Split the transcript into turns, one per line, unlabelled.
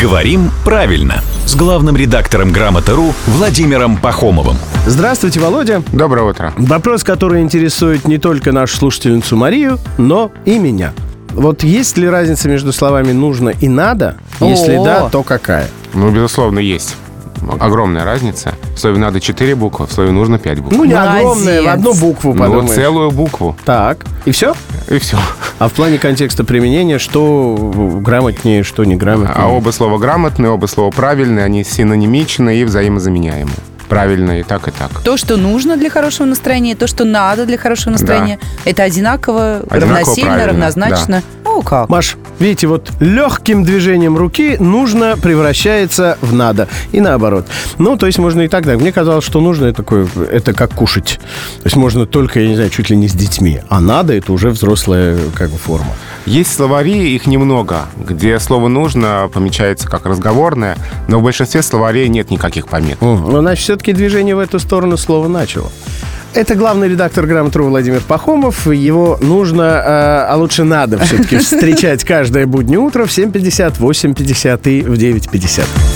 «Говорим правильно» с главным редактором «Грамоты.ру» Владимиром Пахомовым.
Здравствуйте, Володя.
Доброе утро.
Вопрос, который интересует не только нашу слушательницу Марию, но и меня. Вот есть ли разница между словами «нужно» и «надо»? Если
О.
да, то какая?
Ну, безусловно, есть. Огромная разница. В слове «надо» 4 буквы, в слове «нужно» 5 букв.
Ну, не
Молодец.
огромная, в одну букву
Ну,
подумаешь.
целую букву.
Так, и все?
И все.
А в плане контекста применения, что грамотнее, что не грамотнее?
А оба слова грамотные, оба слова правильные, они синонимичны и взаимозаменяемы. Правильно и так, и так.
То, что нужно для хорошего настроения, то, что надо для хорошего настроения, это одинаково, равносильно,
правильно,
равнозначно. Ну, как?
Маш, видите, вот легким движением руки нужно превращается в надо. И наоборот. Ну, то есть можно и так, так. Мне казалось, что нужно это, такое, это как кушать. То есть можно только, я не знаю, чуть ли не с детьми. А надо это уже взрослая как бы форма.
Есть словари, их немного, где слово «нужно» помечается как разговорное, но в большинстве словарей нет никаких помет.
Ну, значит, все-таки движение в эту сторону слова начало. Это главный редактор «Грамотру» Владимир Пахомов. Его нужно, э, а лучше надо все-таки встречать каждое буднее утро в 7.50, 8.50 и в 9.50.